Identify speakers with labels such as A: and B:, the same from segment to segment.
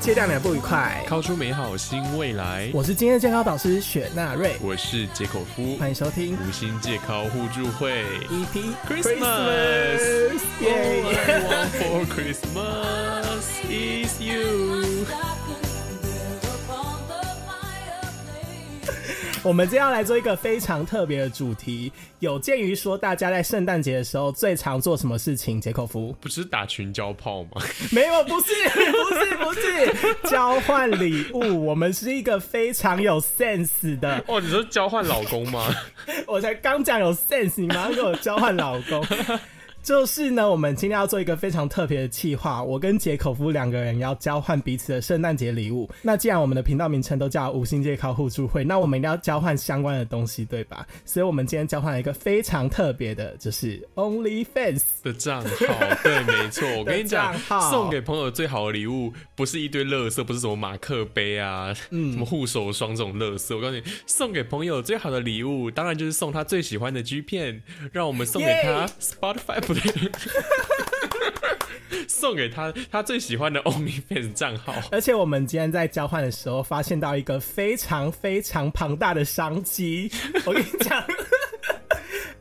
A: 戒掉你的不愉快。
B: 靠出美好新未来。
A: 我是今天的健康导师雪纳瑞，
B: 我是杰口夫，
A: 欢迎收听
B: 无心借靠互助会。
A: EP
B: Christmas，
A: 耶
B: All I want for Christmas is you。
A: 我们今天要来做一个非常特别的主题，有鉴于说大家在圣诞节的时候最常做什么事情？杰口夫
B: 不是打群交炮吗？
A: 没有， 不是，不是，不是，交换礼物。我们是一个非常有 sense 的，
B: 哦，你说交换老公吗？
A: 我才刚讲有 sense，你马上给我交换老公。就是呢，我们今天要做一个非常特别的企划，我跟杰口夫两个人要交换彼此的圣诞节礼物。那既然我们的频道名称都叫“五星界靠互助会”，那我们一定要交换相关的东西，对吧？所以我们今天交换了一个非常特别的，就是 OnlyFans。
B: 的账号， 对，没错。我跟你
A: 的
B: 讲
A: 账，号
B: 送给朋友最好的礼物，不是一堆乐色，不是什么马克杯啊，
A: 嗯
B: 什么护手霜这种乐色。我告诉你，送给朋友最好的礼物，当然就是送他最喜欢的 G 片，让我们送给他
A: Yay！
B: Spotify 不对。 送给他他最喜欢的 OnlyFans 账号，
A: 而且我们今天在交换的时候，发现到一个非常非常庞大的商机。我跟你讲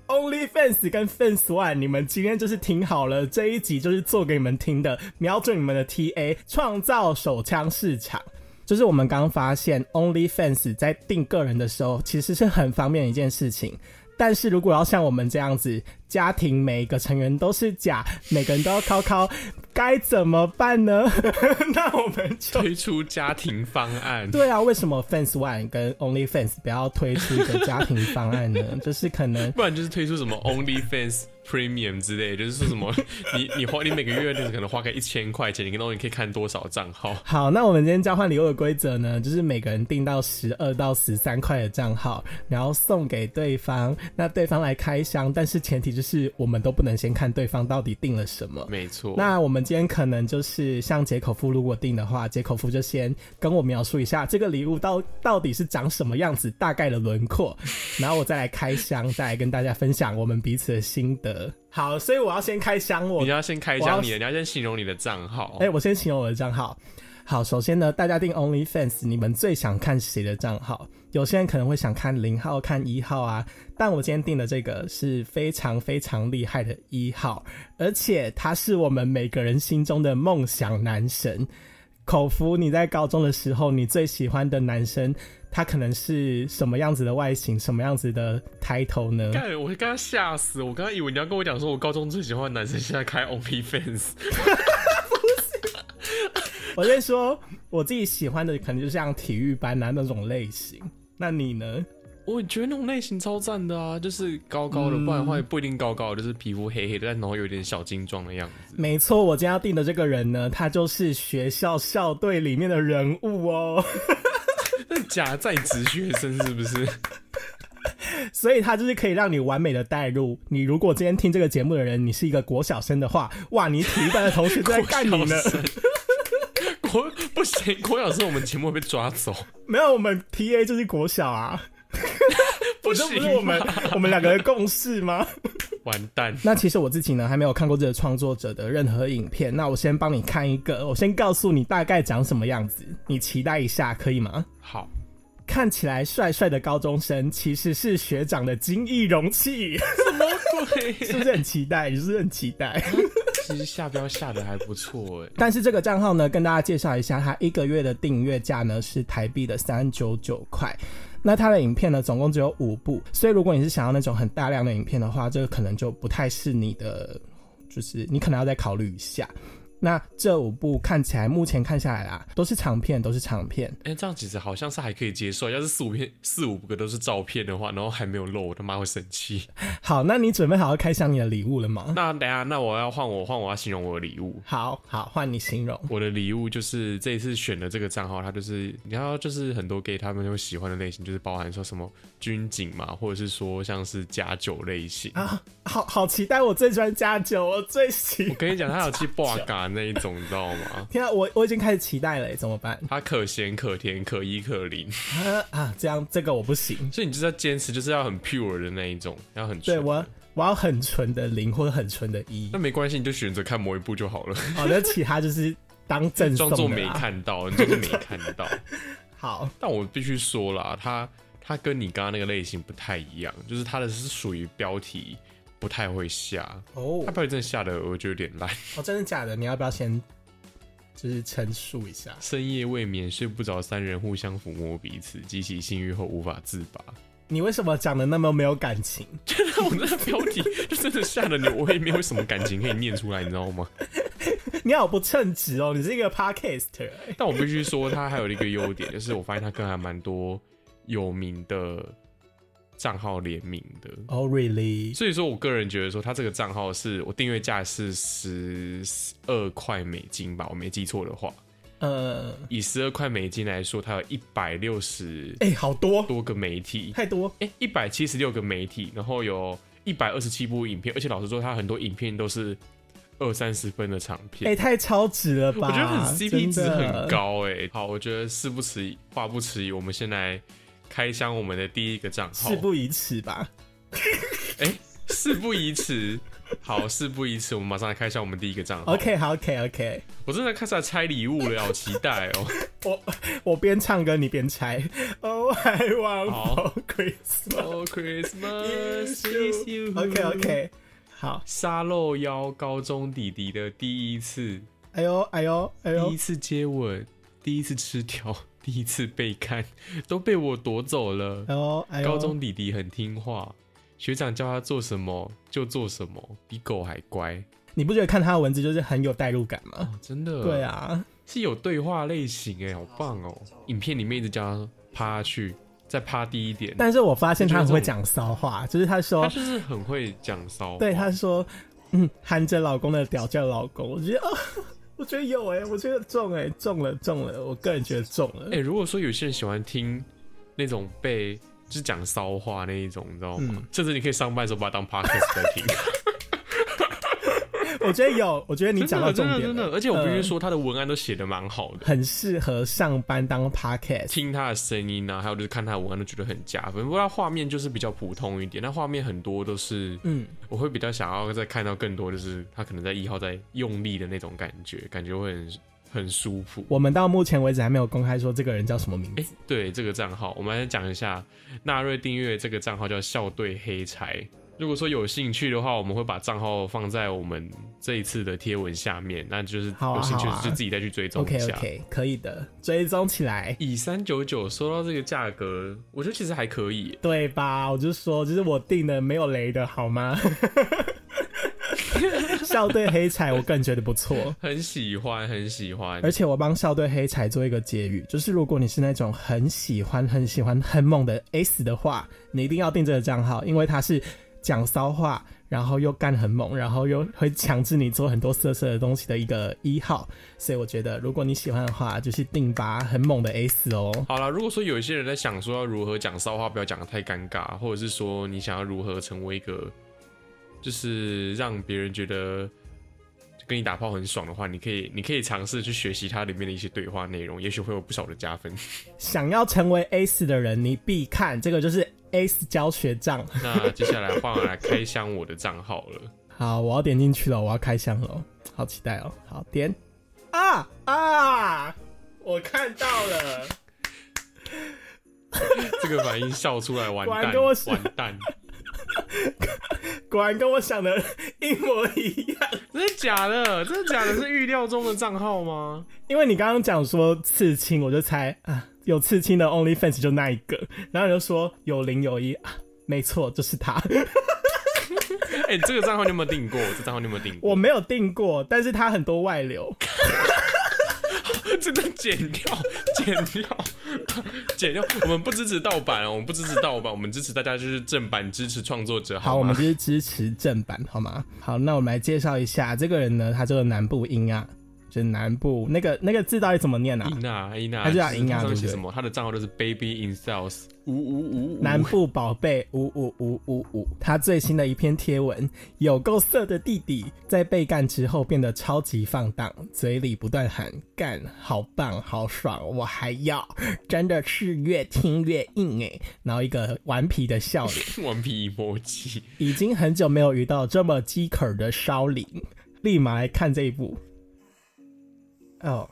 A: ，OnlyFans 跟 Fans One，你们今天就是听好了，这一集就是做给你们听的，瞄准你们的 TA，创造手枪市场。就是我们刚发现，OnlyFans 在定个人的时候，其实是很方便的一件事情。但是如果要像我们这样子，家庭每一个成员都是假，每个人都要靠靠，该怎么办呢？ 那我们就
B: 推出家庭方案。
A: 对啊，为什么 Fans One 跟 Only Fans 不要推出一个家庭方案呢？ 就是可能
B: 不然就是推出什么 OnlyFans Premium 之类，就是说什 么你你花你每个月可能花个一千块钱，你跟你可以看多少账号？
A: 好，那我们今天交换礼物的规则呢，就是每个人定到十二到十三块的账号，然后送给对方，那对方来开箱，但是前提就是我们都不能先看对方到底定了什么。
B: 没错，
A: 那我们今天可能就是像解口夫如果定的话，解口夫就先跟我描述一下这个礼物到到底是长什么样子，大概的轮 廓，然后我再来开箱，再来跟大家分享我们彼此的心得。好，所以我要先开箱我
B: 你要先开箱你的，你要先形容你的账号。
A: 哎、我先形容我的账号。好，首先呢，大家订 OnlyFans，你们最想看谁的账号？有些人可能会想看零号、看一号啊，但我今天订的这个是非常非常厉害的一号，而且他是我们每个人心中的梦想男神。口服，你在高中的时候，你最喜欢的男生，他可能是什么样子的外形，什么样子的抬头呢？
B: 干！我刚刚吓死，我刚刚以为你要跟我讲说，我高中最喜欢的男生现在开 OnlyFans，
A: 我在说我自己喜欢的，可能就像体育班啊那种类型。那你呢？
B: 我觉得那种类型超赞的啊，就是高高的，不然的话也不一定高高的，就是皮肤黑黑的，但然后有点小精壮的样子。
A: 没错，我今天要定的这个人呢，他就是学校校队里面的人物哦，
B: 那 假在职学生是不是？
A: 所以他就是可以让你完美的带入。你如果今天听这个节目的人，你是一个国小生的话，哇，你体育班的同学都在干你
B: 国
A: 呢
B: 小。生。国不行，国小生我们节目会被抓走，
A: 没有，我们 T A 就是国小啊，
B: 不
A: 这
B: 行
A: 不是我们
B: 吧
A: 我们两个的共识吗？
B: 完蛋。
A: 那其实我自己呢还没有看过这个创作者的任何影片，那我先帮你看一个，我先告诉你大概长什么样子，你期待一下可以吗？
B: 好，
A: 看起来帅帅的高中生其实是学长的精益容器，
B: 什么鬼？
A: 是不是很期待？你是不是很期待？
B: 其实下标下的还不错哎、
A: 但是这个账号呢，跟大家介绍一下，它一个月的订阅价呢是台币的三九九块。那它的影片呢，总共只有五部，所以如果你是想要那种很大量的影片的话，这个可能就不太是你的，就是你可能要再考虑一下。那这五部看起来，目前看下来啦，都是长片，都是长片。
B: 哎、这样其实好像是还可以接受。要是四五片、四五个都是照片的话，然后还没有露，我他妈会生气。
A: 好，那你准备好要开箱你的礼物了吗？
B: 那等一下，那我要换我换我要形容我的礼物。
A: 好好，换你形容。
B: 我的礼物就是这一次选的这个账号，它就是你看，就是很多 gay 他们会喜欢的类型，就是包含说什么军警嘛，或者是说像是假酒类型。
A: 啊，好好期待！我最喜欢加酒，我最
B: 我
A: 喜。
B: 跟你讲，他有去挂嘎那一种，你知道吗？
A: 天啊，我我已经开始期待了耶，怎么办？
B: 它可咸可甜可一可零，
A: 啊啊，这样这个我不行。
B: 所以你就是要坚持，就是要很 pure 的那一种，要很
A: 对
B: 纯
A: 我，我要很纯的零或者很纯的一哦
B: 那。没关系，你就选择看某一部就好了。
A: 好的，那其他就是当赠送
B: 装
A: 的啊啦
B: 作没看到， 你就是没看到。
A: 好，
B: 但我必须说啦，它它跟你刚刚那个类型不太一样，就是它的是属于标题不太会下，
A: 哦
B: 它，标题真的下的我觉得有点烂。
A: 哦，真的假的？你要不要先就是陈述一下？
B: 深夜未眠，睡不着，三人互相抚摸彼此，激起性欲后无法自拔。
A: 你为什么讲的那么没有感情？
B: 我那个标题就真的吓得你，我也没有什么感情可以念出来，你知道吗？
A: 你好不称职哦，你是一个 podcaster 欸、
B: 但我必须说，它还有一个优点，就是我发现它跟还蛮多有名的账号联名的。
A: 哦、r e a l l y
B: 所以说我个人觉得说，它这个账号是我订阅价是十二块美金吧，我没记错的话，
A: 呃，
B: 以十二块美金来说，它有一百六十
A: 哎、好多，
B: 多个媒体，
A: 太多，
B: 哎，一百七十六个媒体，然后有一百二十七部影片，而且老实说，它很多影片都是二三十分的长
A: 哎、
B: 片。
A: 太超值了吧？
B: 我觉得很 CP 值
A: 真的
B: 很。高哎、好，我觉得事不迟疑，话不迟疑，我们先来开箱我们的第一个账号。
A: 事不宜迟吧？
B: 哎，事不宜迟，好，事不宜迟，我们马上来开箱我们第一个账号。
A: OK，好，OK，OK，、
B: 我真的开始来拆礼物了，好期待 哦！
A: 我边唱歌你边猜。Oh, I want
B: 好
A: for Christmas.
B: Oh Christmas is you。
A: OK OK，好，
B: 沙漏腰高中弟弟的第一次，
A: 哎呦哎呦哎
B: 第
A: 呦
B: 一，次接吻，第一次吃掉，第一次被看，都被我夺走了。
A: 哎呦哎呦，
B: 高中弟弟很听话，学长叫他做什么就做什么，比狗还乖。
A: 你不觉得看他的文字就是很有代入感吗？
B: 哦，真的，
A: 对，啊，
B: 是有对话类型哎，好棒哦！影片里面一直叫他趴下去，再趴低一点，
A: 但是我发现他很
B: 我
A: 会
B: 觉得这
A: 讲骚话，就是他
B: 他
A: 说，
B: 就是很会讲骚话。
A: 对他说，嗯，含着老公的屌叫老公，我觉得哦，我觉得有哎、我觉得中哎、中了中了，我个人觉得中了。
B: 哎、如果说有些人喜欢听那种被就是讲骚话那一种，你知道
A: 嗯
B: 吗？甚至你可以上班的时候把它当 podcast 在听。
A: 我觉得有，我觉 得你讲到重
B: 哎 真的
A: 点
B: 真的真的，
A: 了，
B: 而且我必须
A: 嗯
B: 说，他的文案都写的蛮好的。
A: 很适合上班当 podcast。
B: 听他的声音啊，还有就是看他的文案，都觉得很加分。不过他画面就是比较普通一点，那画面很多都是，
A: 嗯，
B: 我会比较想要再看到更多，就是他可能在一号在用力的那种感觉，感觉会很很舒服。
A: 我们到目前为止还没有公开说这个人叫什么名
B: 哎、
A: 字。
B: 对这个账号，我们来讲一下纳瑞订阅这个账号叫校队黑柴。如果说有兴趣的话，我们会把账号放在我们这一次的贴文下面，那就是
A: 好啊
B: 有兴趣
A: 好啊
B: 就自己再去追踪一
A: OK
B: 下。
A: OK，可以的，追踪起来，
B: 以三九九收到这个价格，我觉得其实还可以耶。
A: 对吧？我就说，就是我定的没有雷的好 吗？ 校队黑彩，我个人觉得不错。
B: 很喜欢，很喜欢。
A: 而且我帮校队黑柴做一个结语，就是如果你是那种很喜欢、很喜欢、很猛的 S 的话，你一定要订这个账号，因为它是讲骚话，然后又干很猛，然后又会强制你做很多色色的东西的一个一号。所以我觉得，如果你喜欢的话，就是订吧，很猛的 S 哦。
B: 好啦，如果说有一些人在想说要如何讲骚话，不要讲的太尴尬，或者是说你想要如何成为一个，就是让别人觉得跟你打炮很爽的话，你可以，你可以尝试去学习它里面的一些对话内容，也许会有不少的加 分。
A: 想要成为 S 的人，你必看这个就是 S 教学账。
B: 那接下来换我来开箱我的账号了。
A: 好，我要点进去了，我要开箱了，好期待哦！好点啊啊！我看到了，
B: 这个反应笑出来，完
A: 果然
B: 蛋，
A: 跟我是
B: 完 蛋，
A: 果然跟我想的一模一样。
B: 真的假的？真的假的？是预料中的账号吗？
A: 因为你刚刚讲说刺青，我就猜啊，有刺青的 OnlyFans 就那一个，然后你就说有零有一啊，没错，就是他。
B: 哎、这个账号你有没有订过？这账号你有没有订过？
A: 我没有订过，但是他很多外流。
B: 真的剪掉，剪掉， 剪掉！我们不支持盗版哦，我们不支持盗版，我们支持大家就是正版，支持创作者，
A: 好，我
B: 吗
A: 们？就是支持正版，好吗？好，那我们来介绍一下这个人呢，他叫做南部英啊，就是南部那个那个字到底怎么念啊？
B: 伊娜，伊娜，
A: 他叫
B: 就是
A: 伊娜
B: 上面写
A: 对不对
B: 什么？他的账号都是 Baby in Sales，五五五
A: 南
B: 五。
A: 部宝贝五五五五五，他最新的一篇贴文，有够色的弟弟在被干之后变得超级放荡，嘴里不断喊干，好棒，好爽，我还要，真的是越听越硬哎，然后一个顽皮的笑脸，
B: 顽皮 emoji，
A: 已经很久没有遇到这么饥渴的烧灵，立马来看这一部，哦，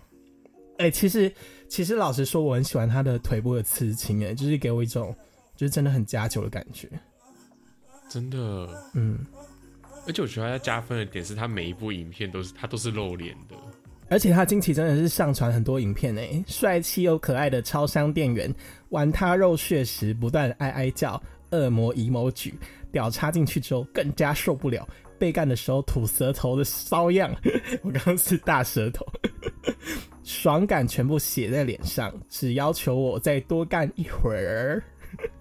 A: 哎、其实其实老实说，我很喜欢他的腿部的刺青，哎，就是给我一种就是真的很加酒的感觉。
B: 真的。
A: 嗯，
B: 而且我觉得他加分的点是他每一部影片都是他都是露脸的，
A: 而且他近期真的是上传很多影片哎，帅气又可爱的超商店员玩他肉血时不断哀哀叫，恶魔姨某举屌插进去之后更加受不了，被干的时候吐舌头的骚样， 我刚刚是大舌头，爽感全部写在脸上，只要求我再多干一会儿，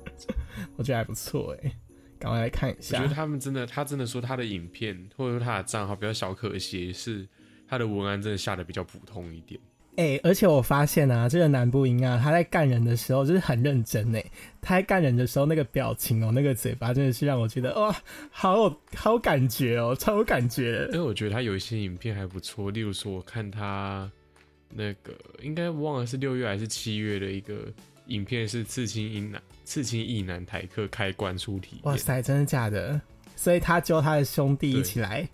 A: 我觉得还不错哎，赶快来看一
B: 我觉
A: 下
B: 得，他们真的，他真的说他的影片或者说他的账号比较小可惜，是他的文案真的下的比较普通一点。
A: 哎、而且我发现啊，这个南部英啊，他在干人的时候就是很认真哎，他在干人的时候那个表情哦、那个嘴巴真的是让我觉得哇，好有好有感觉哦、超有感觉的。
B: 哎，我觉得他有一些影片还不错，例如说我看他那个应该忘了是六月还是七月的一个影片，是刺青一男刺青一男台客开关出体
A: 哇
B: 验
A: 塞，真的假的？所以他揪他的兄弟一起来。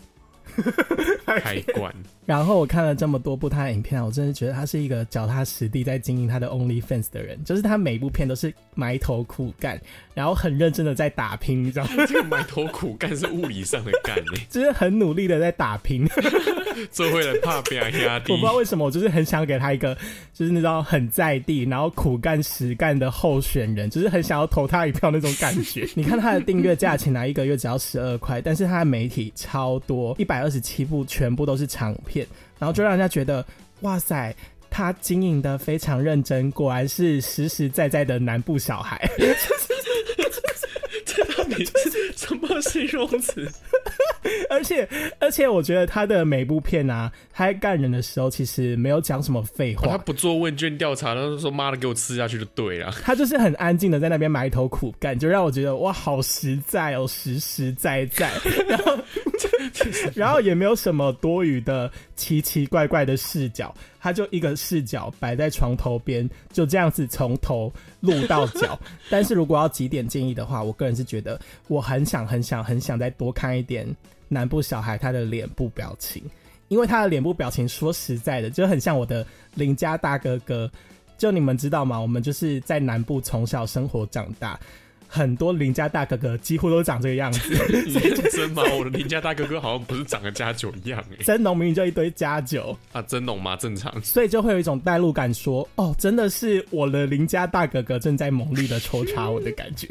B: 开关，
A: 然后我看了这么多部他的影片啊，我真的觉得他是一个脚踏实地在经营他的 OnlyFans 的人，就是他每一部片都是埋头苦干，然后很认真的在打拼，你知道吗？
B: 这个埋头苦干是物理上的干欸
A: 就是很努力的在打拼。
B: 做会了怕被人哦压 低
A: 我不。知道为什么，我就是很想给他一个，就是那种很在地，然后苦干实干的候选人，就是很想要投他一票那种感觉。 你看他的订阅价钱来一个月只要十二块，但是他的媒体超多，一百二十七部全部都是长片，然后就让人家觉得，哇塞。他经营的非常认真，果然是实实在在的南部小孩。
B: 这到底是什么形容词？
A: 而且，而且，我觉得他的每部片啊，他在干人的时候，其实没有讲什么废
B: 哦
A: 话。
B: 他不做问卷调查，他就说妈的给我吃下去就对 了。
A: 他就是很安静的在那边埋头苦干，就让我觉得哇，好实在哦，实实在在。然后，然后也没有什么多余的奇奇怪怪的视角，他就呃一个视角摆在床头边，就这样子从头录到脚。但是如果要几点建议的话，我个人是觉得我很想很想很想再多看一点南部小孩他的脸部表情。因为他的脸部表情，说实在的，就很像我的邻家大哥哥，就你们知道吗？我们就是在南部从小生活长大，很多邻家大哥哥几乎都长这个样子。
B: 你认真吗？我的邻家大哥哥好像不是长得加酒一样哎、
A: 真农明明就一堆家酒，
B: 啊，真懂吗？正常。
A: 所以就会有一种代入感说哦，真的是我的邻家大哥哥正在猛力的抽查我的感觉。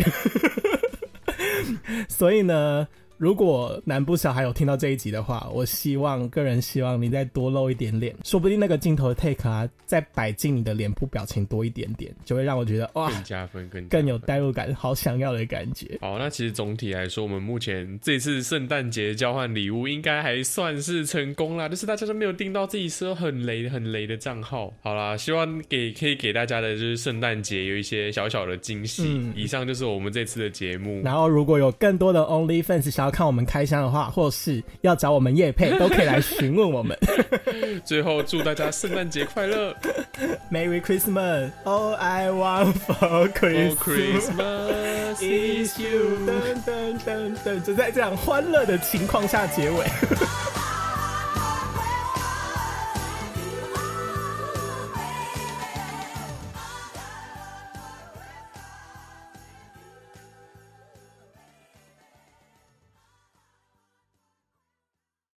A: 所以呢，如果南部小孩有听到这一集的话，我希望个人希望你再多露一点脸，说不定那个镜头的 take 啊，再摆进你的脸部表情多一点点，就会让我觉得哇，
B: 更加分，更加
A: 更有
B: 分
A: 代入感，好想要的感觉。
B: 好，那其实总体来说，我们目前这次圣诞节交换礼物应该还算是成功啦，就是大家都没有订到自己说很雷很雷的账号。好啦，希望给可以给大家的就是圣诞节有一些小小的惊喜。
A: 嗯
B: 以上就是我们这次的节目。
A: 然后，如果有更多的 OnlyFans 想要看我们开箱的话，或是要找我们叶配，都可以来询问我们。
B: 最后祝大家圣诞节快乐
A: Merry Christmas! All I want for Christmas
B: ，Merry，Oh Christmas
A: is you。噔噔噔噔，就在这样欢乐的情况下结尾。